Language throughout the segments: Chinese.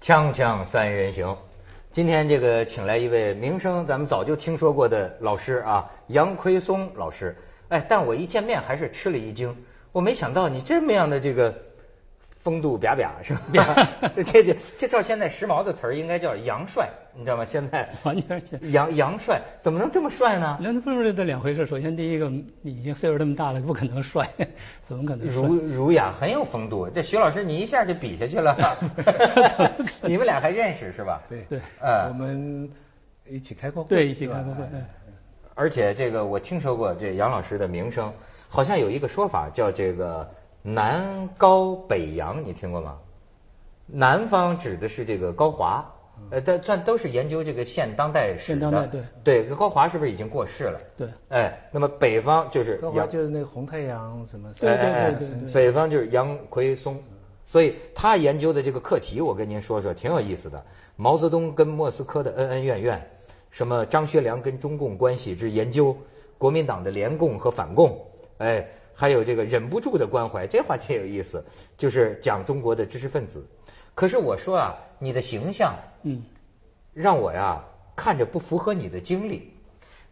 锵锵三人行，今天这个请来一位名声咱们早就听说过的老师啊，杨奎松老师。哎，但我一见面还是吃了一惊，我没想到你这么样的这个风度嗲嗲是 吧？这这这照现在时髦的词儿应该叫杨帅，你知道吗？现在完全是杨杨帅怎么能这么帅呢？人不是这两回事。首先，第一个，你已经岁数这么大了，不可能帅， 怎么可能 帅？儒儒雅很有风度，这徐老师你一下就比下 去了，你们俩还认识是吧？对对哎嗯我们一起开过会，对，一起是吧开过会。哎对而且这个我听说过这杨老师的名声，好像有一个说法叫这个南高北洋，你听过吗？南方指的是这个高华，呃，但但都是研究这个现当代史嗯现的，当代对对，高华是不是已经过世了？对哎，那么北方就是高华杨，就是那个红太阳什么，对对哎哎对对哎对北方就是杨奎松，所以他研究的这个课题，我跟您说说，挺有意思的。毛泽东跟莫斯科的恩恩怨怨，什么张学良跟中共关系之研究，国民党的联共和反共，哎，还有这个忍不住的关怀，这话题也有意思，就是讲中国的知识分子。可是我说啊，你的形象嗯，让我呀看着不符合你的经历。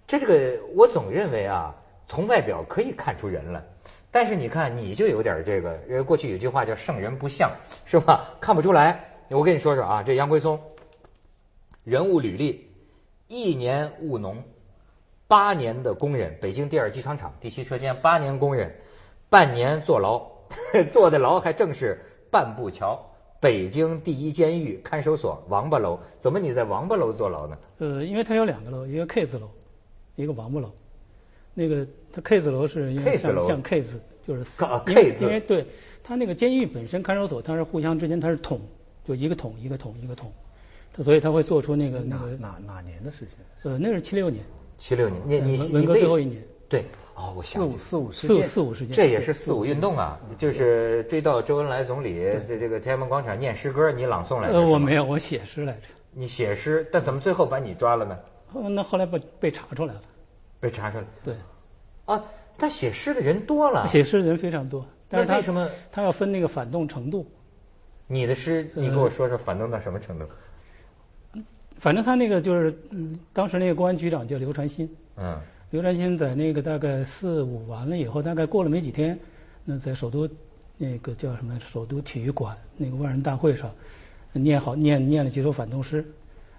这这个我总认为啊，从外表可以看出人来，但是你看你就有点这个，呃，过去有句话叫“圣人不相”，是吧？ 看不出来。我跟你说说啊，这杨奎松人物履历：一年务农，八年的工人，北京第二机场厂第七车间八年工人，半年坐牢， 坐的牢还正是半步桥北京第一监狱看守所王八楼。怎么你在王八楼坐牢呢？呃，因为它有两个楼，一个 K 字楼，一个王木楼。那个它 K 字楼是因 K 为字像楼像 K 字，就是啊因为 K 字因为对它那个监狱本身看守所，它是互相之间它是桶，就一个桶一个桶一个桶，它所以它会做出那个那哪个哪哪年的事情？呃，那是七六年，七六年，你你文你文革被最后一年。对，哦，我四想五起四五事四五件，四五事件，这也是四五运动啊，就是追悼周恩来总理在这个天安门广场念诗歌，你朗诵来着。呃，我是吗没有，我写诗来着。你写诗，但怎么最后把你抓了呢？后那后来被被查出来了，被查出来。对，啊，但写诗的人多了。写诗的人非常多，但是那他为什么他要分那个反动程度？你的诗，你呃给我说说反动到什么程度？反正他那个就是，嗯，当时那个公安局长叫刘传新，嗯，刘传新在那个大概四五完了以后，大概过了没几天，那在首都那个叫什么首都体育馆那个万人大会上，念好念念了几首反动诗，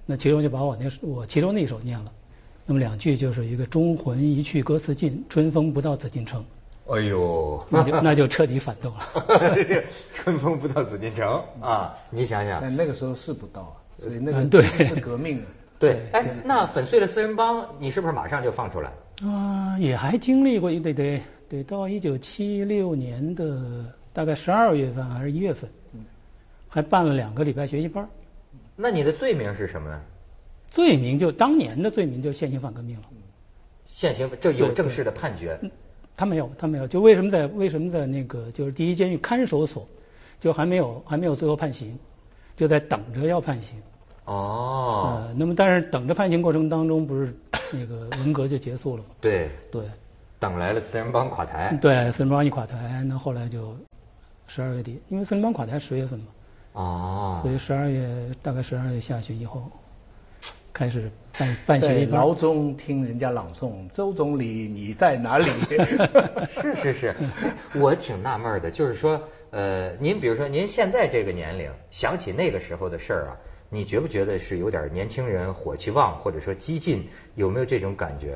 那其中就把我那我其中那一首念了，那么两句就是一个“忠魂一去歌词尽，春风不到紫禁城哎呦”，那就那就彻底反动了。这 春风不到紫禁城啊！你想想，但那个时候是不到啊，所以那个嗯对是是革命啊。对，哎，那粉碎了四人帮，你是不是马上就放出来？啊，也还经历过，得得得到一九七六年的大概十二月份还是一月份，还办了两个礼拜学习班儿，那你的罪名是什么呢？罪名就当年的罪名就现行反革命了。现行这有对正式的判决。嗯他没有，他没有，就为什么在为什么在那个就是第一监狱看守所，就还没有还没有最后判刑，就在等着要判刑。哦，呃，那么但是等着判刑过程当中，不是那个文革就结束了吗？对，对，等来了四人帮垮台。对，四人帮一垮台，那后来就十二月底，因为四人帮垮台十月份嘛，哦所，以十二月大概十二月下旬以后开始办 办在学习班牢中听人家朗诵，周总理你在哪 里？是是是， 我挺纳闷儿的，就是说，呃，您比如说您现在这个年龄，想起那个时候的事儿啊，你觉不觉得是有点年轻人火气旺，或者说激进，有没有这种感觉？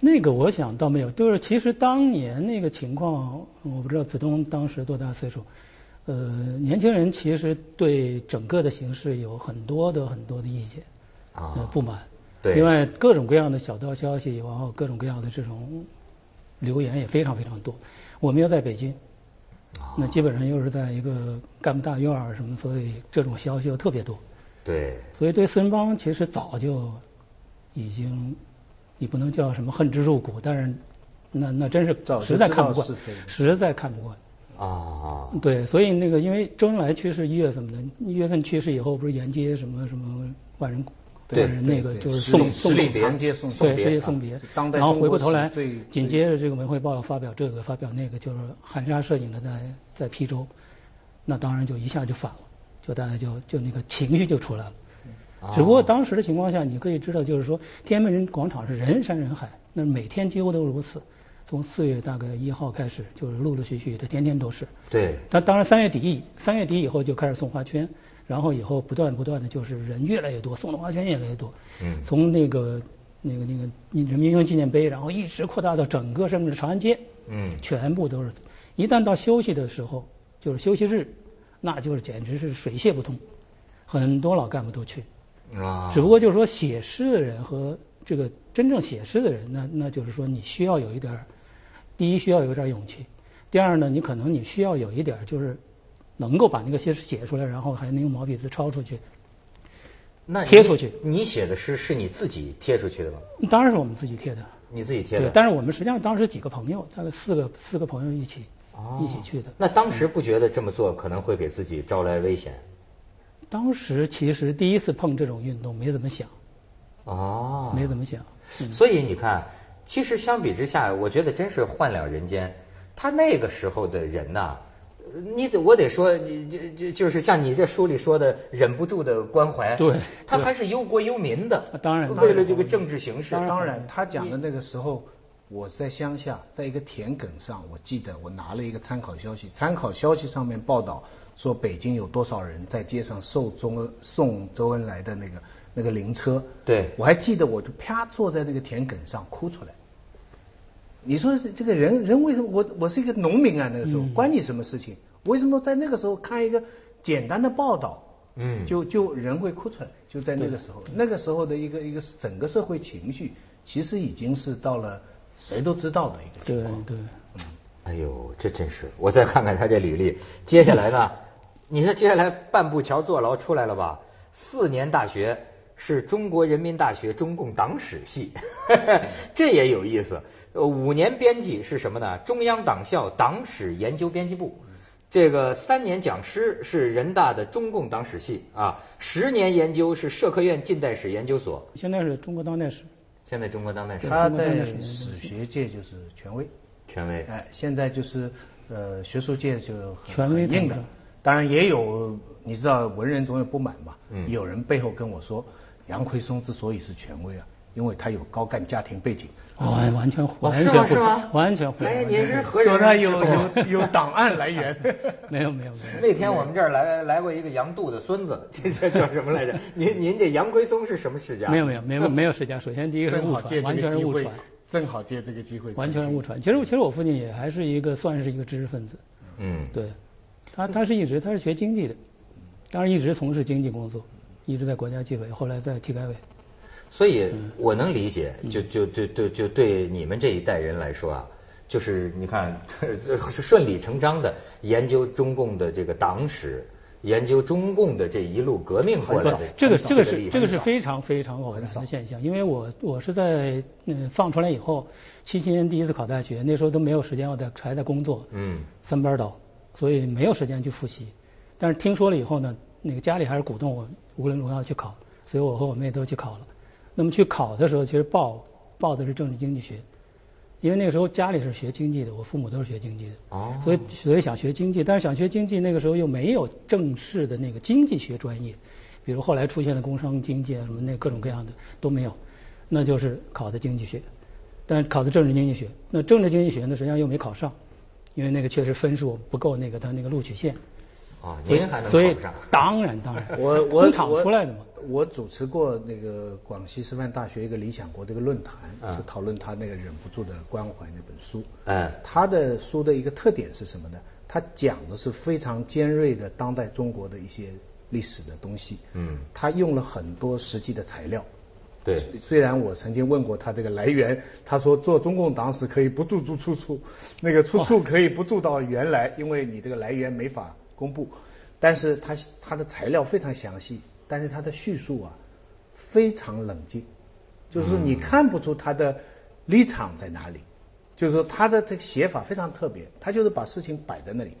那个我想倒没有，就是其实当年那个情况，我不知道子东当时多大岁数，呃，年轻人其实对整个的形势有很多的很多的意见，啊呃不满，对另外各种各样的小道消息，然后各种各样的这种留言也非常非常多。我们又在北京，那哦基本上又是在一个干部大院儿什么，所以这种消息又特别多。对，所以对四人帮其实早就已经，你不能叫什么恨之入骨，但是那那真是早就实在看不知惯道是非，实在看不惯。啊，对，所以那个因为周恩来去世一月份的，一月份去世以后不是沿街什么什么万人对万人那个对就是 十送里送十里送长街送对送别十里啊送别，当代然后中回国过头来史最紧接着这个《文汇报》发表这个发表那个，就是含沙射影的在在批州，那当然就一下就反了。就大家就就那个情绪就出来了。啊只不过哦当时的情况下，你可以知道，就是说天安门人广场是人山人海，那每天几乎都如此。从四月大概一号开始，就是陆陆续续的，天天都是。对但当然三月底，三月底以后就开始送花圈，然后以后不断不断的就是人越来越多，送的花圈越来越多。嗯从那个那个那个人民英雄纪念碑，然后一直扩大到整个甚至长安街。嗯全部都是，一旦到休息的时候，就是休息日，那就是简直是水泄不通，很多老干部都去。啊，只不过就是说写诗的人和这个真正写诗的人，那那就是说你需要有一点儿，第一需要有一点儿勇气，第二呢，你可能你需要有一点儿就是能够把那个诗写出来，然后还能用毛笔字抄出去。那你贴出去你写的诗是你自己贴出去的吗？当然是我们自己贴的，你自己贴的对，但是我们实际上当时几个朋友，大概四个四个朋友一起、哦一起去的。那当时不觉得这么做可能会给自己招来危险？当时其实第一次碰这种运动，没怎么想，哦，没怎么想。嗯所以你看，其实相比之下，我觉得真是换了人间。他那个时候的人呐、呃你得我得说，你就就就是像你这书里说的，忍不住的关怀。对他对还是忧国忧民的。啊当然当然为了这个政治形势。当然，他讲的那个时候，我在乡下，在一个田埂上，我记得我拿了一个参考消息，参考消息上面报道说北京有多少人在街上受周恩送周恩来的那个那个灵车。对我还记得，我就啪坐在那个田埂上哭出来。你说这个人人为什么我我是一个农民啊？那个时候、关你什么事情？为什么在那个时候看一个简单的报道，嗯就就人会哭出来？就在那个时候，那个时候的一个一个整个社会情绪，其实已经是到了谁都知道的一个对情况。对，哎呦，这真是！我再看看他这履历，接下来呢？你说接下来半步桥坐牢出来了吧？四年大学是中国人民大学中共党史系， 这也有意思。呃五年编辑是什么呢？中央党校党史研究编辑部。这个三年讲师是人大的中共党史系啊，十年研究是社科院近代史研究所。现在是中国当代史，现在中国当代史他在史学界就是权威，权威哎，现在就是呃学术界就很权威很硬统的治，当然也有你知道文人总有不满嘛，嗯有人背后跟我说，杨奎松之所以是权威啊，因为他有高干家庭背景，完哎完全哦完是吗全是吗？完全混，哎，完您全是河说南他人有是吧有有档案来 源。 没有没有没有。那天我们这儿来来过一个杨度的孙 子，这这叫什么来着？您您这杨奎松是什么世家？没有没有没有没有世家，首先第一个是正误好借传，完这全个是机误会传，，正好借这个机会，完全是误。传。其实我其实我父亲也还是一个算是一个知识分子，嗯，对，他他是一直他是学经济的，当然一直从事经济工作，一直在国家纪委，后来在体改委。所以嗯我能理解，就就就就就对你们这一代人来说啊，就是你看 是顺理成章的研究中共的这个党史，研究中共的这一路革命过来的这个很少这个是历这个是很少非常非常偶然的现象，因为我我是在嗯放出来以后，七七年第一次考大学，那时候都没有时间，我在还在工作，嗯三班倒，所以没有时间去复习。但是听说了以后呢，那个家里还是鼓动我无论如何要去考，所以我和我妹都去考了。那么去考的时候，其实报报的是政治经济学，因为那个时候家里是学经济的，我父母都是学经济的，哦所以所以想学经济，但是想学经济那个时候又没有正式的那个经济学专业，比如后来出现了工商经济啊什么那各种各样的都没有，那就是考的经济学，但是考的政治经济学，那政治经济学呢实际上又没考上，因为那个确实分数不够那个他那个录取线，啊，所以您还能所以考上？ 当然当然，我我工厂出来的嘛，我。我主持过那个广西师范大学一个理想国的一个论坛，嗯就讨论他那个忍不住的关怀那本书。嗯他的书的一个特点是什么呢？他讲的是非常尖锐的当代中国的一些历史的东西。嗯他用了很多实际的材料。对虽虽然我曾经问过他这个来源，他说做中共党史可以不注注出处，那个出处可以不注到原来，因为你这个来源没法公布。但是他他的材料非常详细，但是他的叙述啊非常冷静，就是说你看不出他的立场在哪里，就是说他的这个写法非常特别，他就是把事情摆在那里，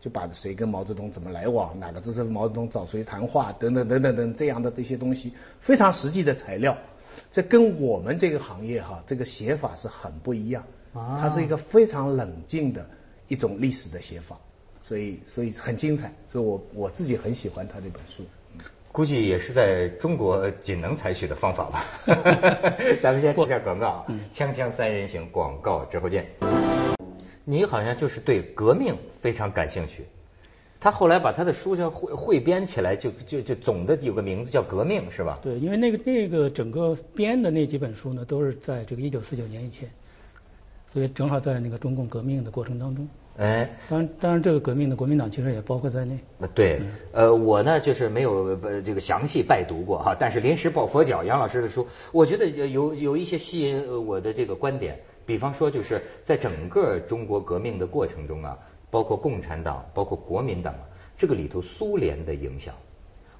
就把谁跟毛泽东怎么来往，哪个支持毛泽东找谁谈话，等等等等等这样的这些东西，非常实际的材料。这跟我们这个行业哈，这个写啊法是很不一样，它是一个非常冷静的一种历史的写法。所以所以很精彩，所以我我自己很喜欢他这本书。估计也是在中国呃仅能采取的方法吧。咱们先去下广告啊，锵锵三人行广告之后见。你好像就是对革命非常感兴趣，他后来把他的书上汇汇编起来，就就就总的有个名字叫《革命》，是吧？对，因为那个那个整个编的那几本书呢，都是在这个一九四九年以前，所以正好在那个中共革命的过程当中。哎，当然，当然，这个革命的国民党其实也包括在内。呃对，呃，我呢就是没有呃这个详细拜读过哈，但是临时抱佛脚杨老师的书，我觉得有有有一些吸引呃我的这个观点，比方说就是在整个中国革命的过程中啊，包括共产党，包括国民党啊，这个里头苏联的影响。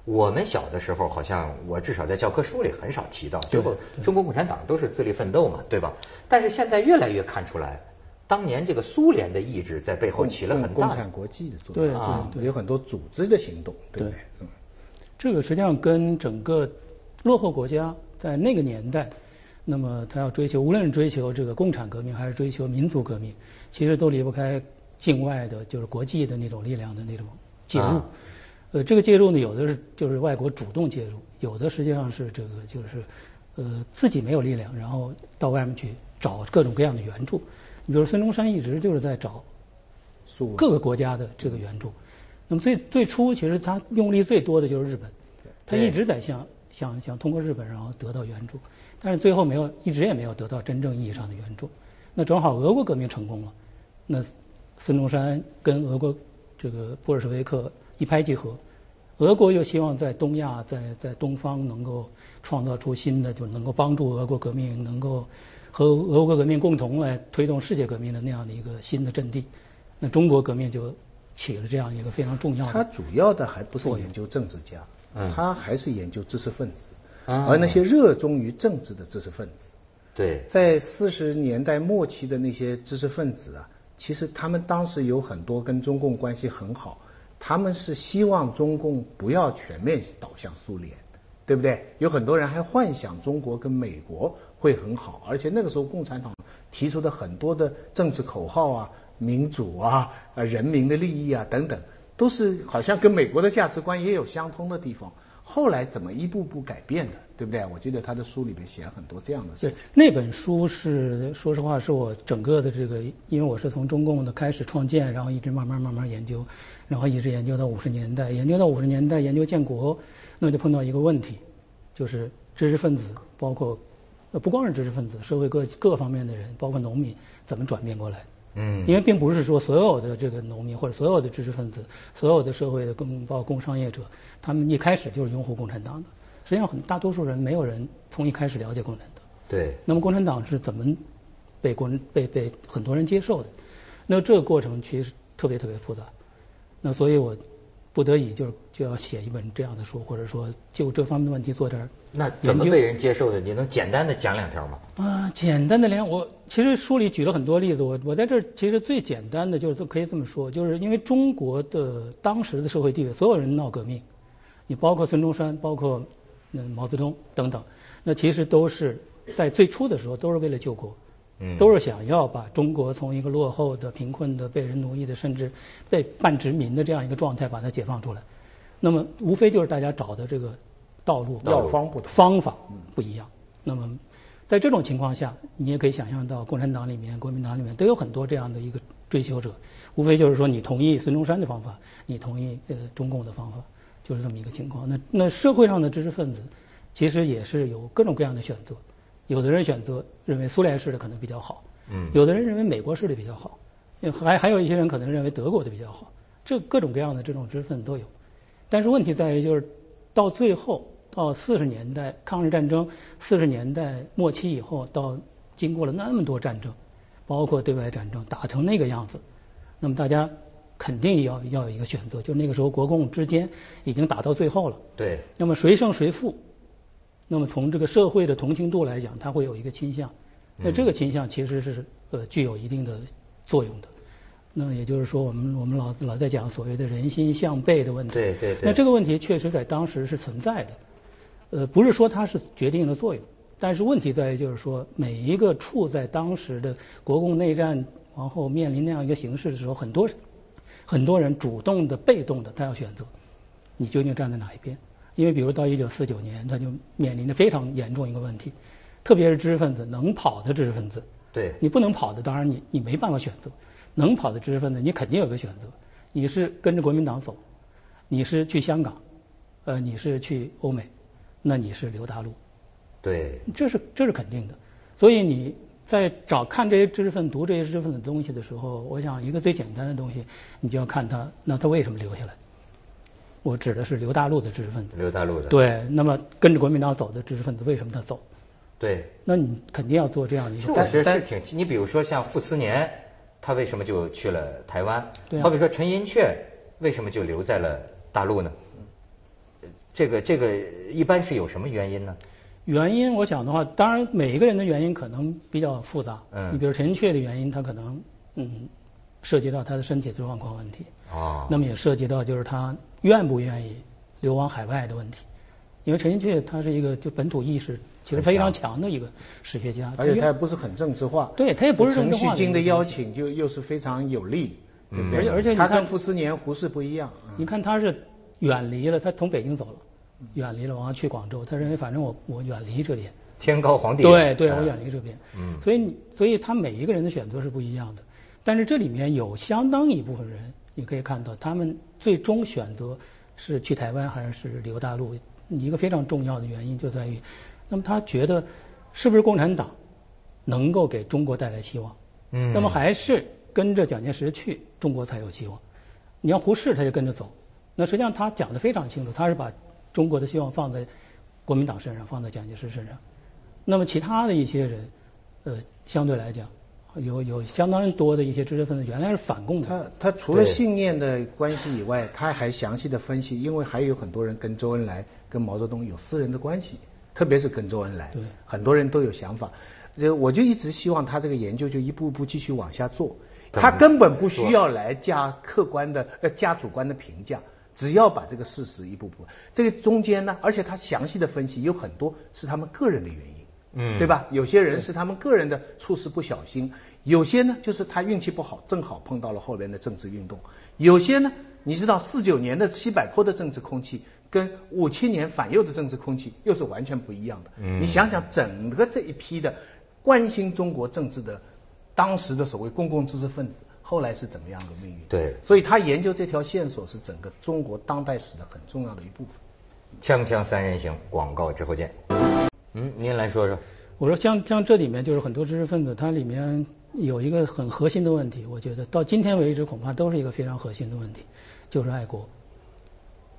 我们小的时候，好像我至少在教科书里很少提到，最后中国共产党都是自力奋斗嘛，对吧？但是现在越来越看出来，当年这个苏联的意志在背后起了很共大产的国际的作对用对啊，对有很多组织的行动，对不对对？嗯这个实际上跟整个落后国家在那个年代，那么他要追求，无论是追求这个共产革命还是追求民族革命，其实都离不开境外的，就是国际的那种力量的那种介入。啊呃，这个介入呢，有的是就是外国主动介入，有的实际上是这个就是呃自己没有力量，然后到外面去找各种各样的援助。你比如孙中山一直就是在找苏各个国家的这个援助。那么最最初其实他用力最多的就是日本，他一直在想想想通过日本然后得到援助，但是最后没有一直也没有得到真正意义上的援助。那正好俄国革命成功了，那孙中山跟俄国这个布尔什维克一拍即合，俄国又希望在东亚在在东方能够创造出新的，就是能够帮助俄国革命能够和俄国革命共同来推动世界革命的那样的一个新的阵地。那中国革命就起了这样一个非常重要他的。嗯主要的还不是研究政治家，他还是研究知识分子，啊而那些热衷于政治的知识分子，对。在四十年代末期的那些知识分子啊，其实他们当时有很多跟中共关系很好，他们是希望中共不要全面倒向苏联，对不对？有很多人还幻想中国跟美国会很好，而且那个时候共产党提出的很多的政治口号啊、民主啊、呃人民的利益啊等等，都是好像跟美国的价值观也有相通的地方。后来怎么一步步改变的，对不对？我记得他的书里面写了很多这样的事对情。，那本书是说实话是我整个的这个，因为我是从中共的开始创建，然后一直慢慢慢慢研究，然后一直研究到五十年代，研究到五十年代研究建国，那么就碰到一个问题，就是知识分子包括呃不光是知识分子，社会各各方面的人，包括农民怎么转变过来。嗯因为并不是说所有的这个农民或者所有的知识分子、所有的社会的工包括工商业者，他们一开始就是拥护共产党的。实际上，很大多数人没有人从一开始了解共产党。对，那么共产党是怎么被国人被被很多人接受的？那这个过程其实特别特别复杂。那所以我不得已就是就要写一本这样的书，或者说就这方面的问题做点儿那怎么研究被人接受的？你能简单的讲两条吗？啊，简单的连我其实书里举了很多例子，我我在这儿其实最简单的就是可以这么说，就是因为中国的当时的社会地位，所有人闹革命，你包括孙中山，包括嗯毛泽东等等，那其实都是在最初的时候都是为了救国，嗯都是想要把中国从一个落后的、贫困的、被人奴役的，甚至被半殖民的这样一个状态把它解放出来，那么无非就是大家找的这个道路道路药方不同方法不一样。那么，在这种情况下，你也可以想象到，共产党里面、国民党里面都有很多这样的一个追求者，无非就是说你同意孙中山的方法，你同意呃中共的方法，就是这么一个情况。那那社会上的知识分子其实也是有各种各样的选择，有的人选择认为苏联式的可能比较好，嗯有的人认为美国式的比较好，呃还还有一些人可能认为德国的比较好，这各种各样的这种知识分子都有。但是问题在于，就是到最后，到四十年代抗日战争，四十年代末期以后，到经过了那么多战争，包括对外战争，打成那个样子，那么大家肯定要要有一个选择，就那个时候国共之间已经打到最后了，对，那么谁胜谁负？那么从这个社会的同情度来讲，它会有一个倾向。那这个倾向其实是呃具有一定的作用的。那也就是说，我们我们老老在讲所谓的人心向背的问题。对对对那这个问题确实在当时是存在的，呃，不是说它是决定的作用，但是问题在于就是说，每一个处在当时的国共内战往后面临那样一个形势的时候，很多很多人主动的、被动的，他要选择，你究竟站在哪一边？因为比如到一九四九年，他就面临着非常严重一个问题，特别是知识分子能跑的知识分子，对你不能跑的，当然你你没办法选择，能跑的知识分子你肯定有个选择，你是跟着国民党走，你是去香港，呃，你是去欧美，那你是留大陆，对，这是这是肯定的。所以你在找看这些知识分子、读这些知识分子东西的时候，我想一个最简单的东西，你就要看他，那他为什么留下来？我指的是留大陆的知识分子。留大陆的，对，那么跟着国民党走的知识分子为什么他走？对，那你肯定要做这样的一这个我判觉断。得是挺奇。你比如说像傅斯年，他为什么就去了台湾？对啊好比说陈寅恪为什么就留在了大陆呢？这个这个一般是有什么原因呢？原因我想的话，当然每一个人的原因可能比较复杂。嗯你比如陈寅恪的原因，他可能嗯涉及到他的身体状况问题。啊哦那么也涉及到就是他愿不愿意流亡海外的问题，因为陈寅恪他是一个就本土意识其实非常强的一个史学家，而且他也愿不是很政治化，对他也不是政程治序化的经一的个邀请就又是非常有利，对不而对？且而且你他跟看傅斯年、胡适不一样，嗯你看他是远离了，他从北京走了，远离了，然后去广州，他认为反正我我远离这边，天高皇帝对远对，嗯我远离这边，嗯所以你所以他每一个人的选择是不一样的，但是这里面有相当一部分人，你可以看到他们最终选择是去台湾还是留大陆，一个非常重要的原因就在于，那么他觉得是不是共产党能够给中国带来希望，嗯那么还是跟着蒋介石去，中国才有希望。你要胡适，他就跟着走。那实际上他讲的非常清楚，他是把中国的希望放在国民党身上，放在蒋介石身上。那么其他的一些人，呃，相对来讲，有有相当多的一些知识分子原来是反共他的，他除了对信念的关系以外，他还详细的分析，因为还有很多人跟周恩来、跟毛泽东有私人的关系，特别是跟周恩来，对很多人都有想法。这我就一直希望他这个研究就一步步继续往下做，怎么他根本不需要来加客观的呃加主观的评价，只要把这个事实一步步，这个中间呢，而且他详细的分析有很多是他们个人的原因，嗯对吧？有些人是他们个人的处事不小心，有些呢就是他运气不好，正好碰到了后边的政治运动，有些呢，你知道四九年的西柏坡的政治空气跟五七年反右的政治空气又是完全不一样的。嗯你想想整个这一批的关心中国政治的当时的所谓公共知识分子，后来是怎么样的命运？对所以他研究这条线索是整个中国当代史的很重要的一部分。锵锵三人行，广告之后见。嗯，您来说说。我说像像这里面就是很多知识分子，它里面有一个很核心的问题，我觉得到今天为止恐怕都是一个非常核心的问题，就是爱国。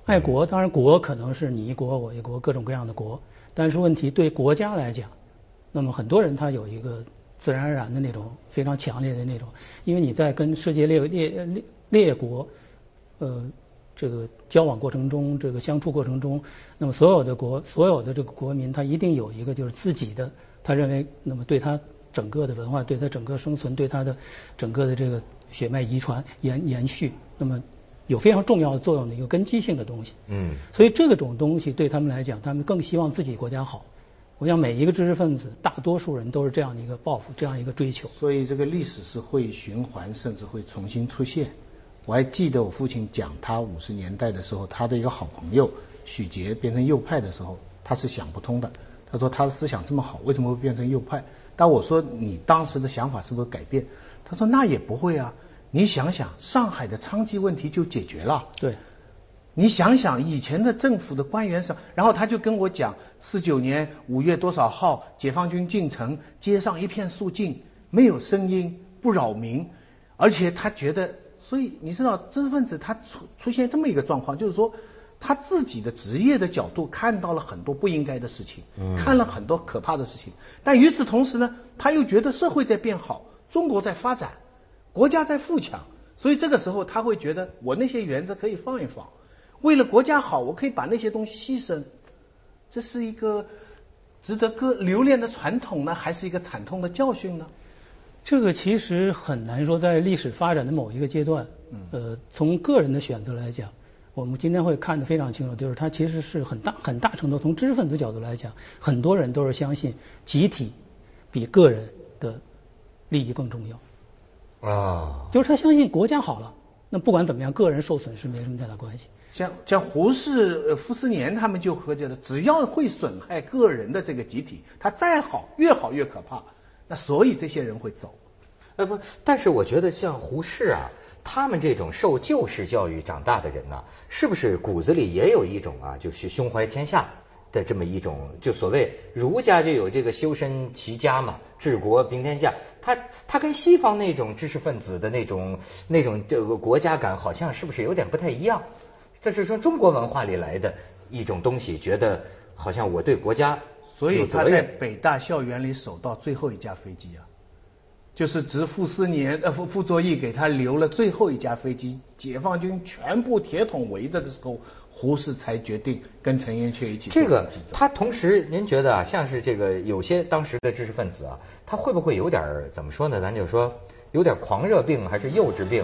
爱国当然国可能是你一国我一国各种各样的国，但是问题对国家来讲，那么很多人他有一个自然而然的那种非常强烈的那种，因为你在跟世界列列列列国，呃，这个交往过程中，这个相处过程中，那么所有的国所有的这个国民，他一定有一个就是自己的，他认为那么对他整个的文化，对他整个生存，对他的整个的这个血脉遗传延延续，那么有非常重要的作用的一个根基性的东西。嗯所以这个种东西对他们来讲，他们更希望自己国家好。我想每一个知识分子，大多数人都是这样的一个抱负，这样一个追求。所以这个历史是会循环，甚至会重新出现。我还记得我父亲讲他五十年代的时候，他的一个好朋友许杰变成右派的时候，他是想不通的。他说他的思想这么好，为什么会变成右派？但我说你当时的想法是不是改变？他说那也不会啊，你想想上海的娼妓问题就解决了。对，你想想以前的政府的官员上，然后他就跟我讲，四九年五月多少号，解放军进城，街上一片肃静，没有声音，不扰民，而且他觉得，所以你知道知识分子他出出现这么一个状况，就是说他自己的职业的角度看到了很多不应该的事情，看了很多可怕的事情，但与此同时呢，他又觉得社会在变好，中国在发展，国家在富强，所以这个时候他会觉得我那些原则可以放一放，为了国家好，我可以把那些东西牺牲，这是一个值得歌留恋的传统呢，还是一个惨痛的教训呢？这个其实很难说，在历史发展的某一个阶段，呃，从个人的选择来讲，我们今天会看得非常清楚，就是它其实是很大很大程度从知识分子角度来讲，很多人都是相信集体比个人的利益更重要。啊，就是他相信国家好了，那不管怎么样，个人受损失没什么太大关系。像像胡适、呃傅斯年他们就会觉得，只要会损害个人的这个集体，他再好越好越可怕，那所以这些人会走。呃不，但是我觉得像胡适啊，他们这种受旧式教育长大的人呢、是不是骨子里也有一种啊，就是胸怀天下的这么一种，就所谓儒家就有这个修身齐家嘛，治国平天下。他他跟西方那种知识分子的那种那种这个国家感，好像是不是有点不太一样？这是说中国文化里来的一种东西，觉得好像我对国家所以有他责在任。北大校园里守到最后一架飞机啊，就是值傅斯年呃傅傅作义给他留了最后一架飞机，解放军全部铁桶围着的时候，胡适才决定跟陈寅恪一起坐这个飞机走他同时，您觉得啊，像是这个有些当时的知识分子啊，他会不会有点儿怎么说呢？咱就说有点狂热病还是幼稚病，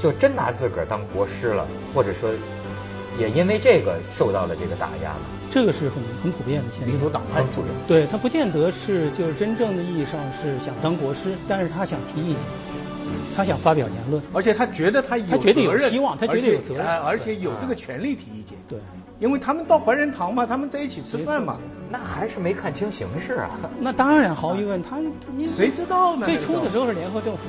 就真拿自个儿当国师了，或者说也因为这个受到了这个打压了。这个是很很普遍的现象。民主党派主任对他不见得是就是真正的意义上是想当国师，但是他想提意见，他想发表言论。而且他觉得他有他觉得有责任希望他觉得而且有责任哎而且对有这个权利提意见。对，因为他们到怀仁堂嘛，他们在一起吃饭嘛。那还是没看清形势啊。那当然毫无疑问，他你谁知道呢最初的时候是联合政府，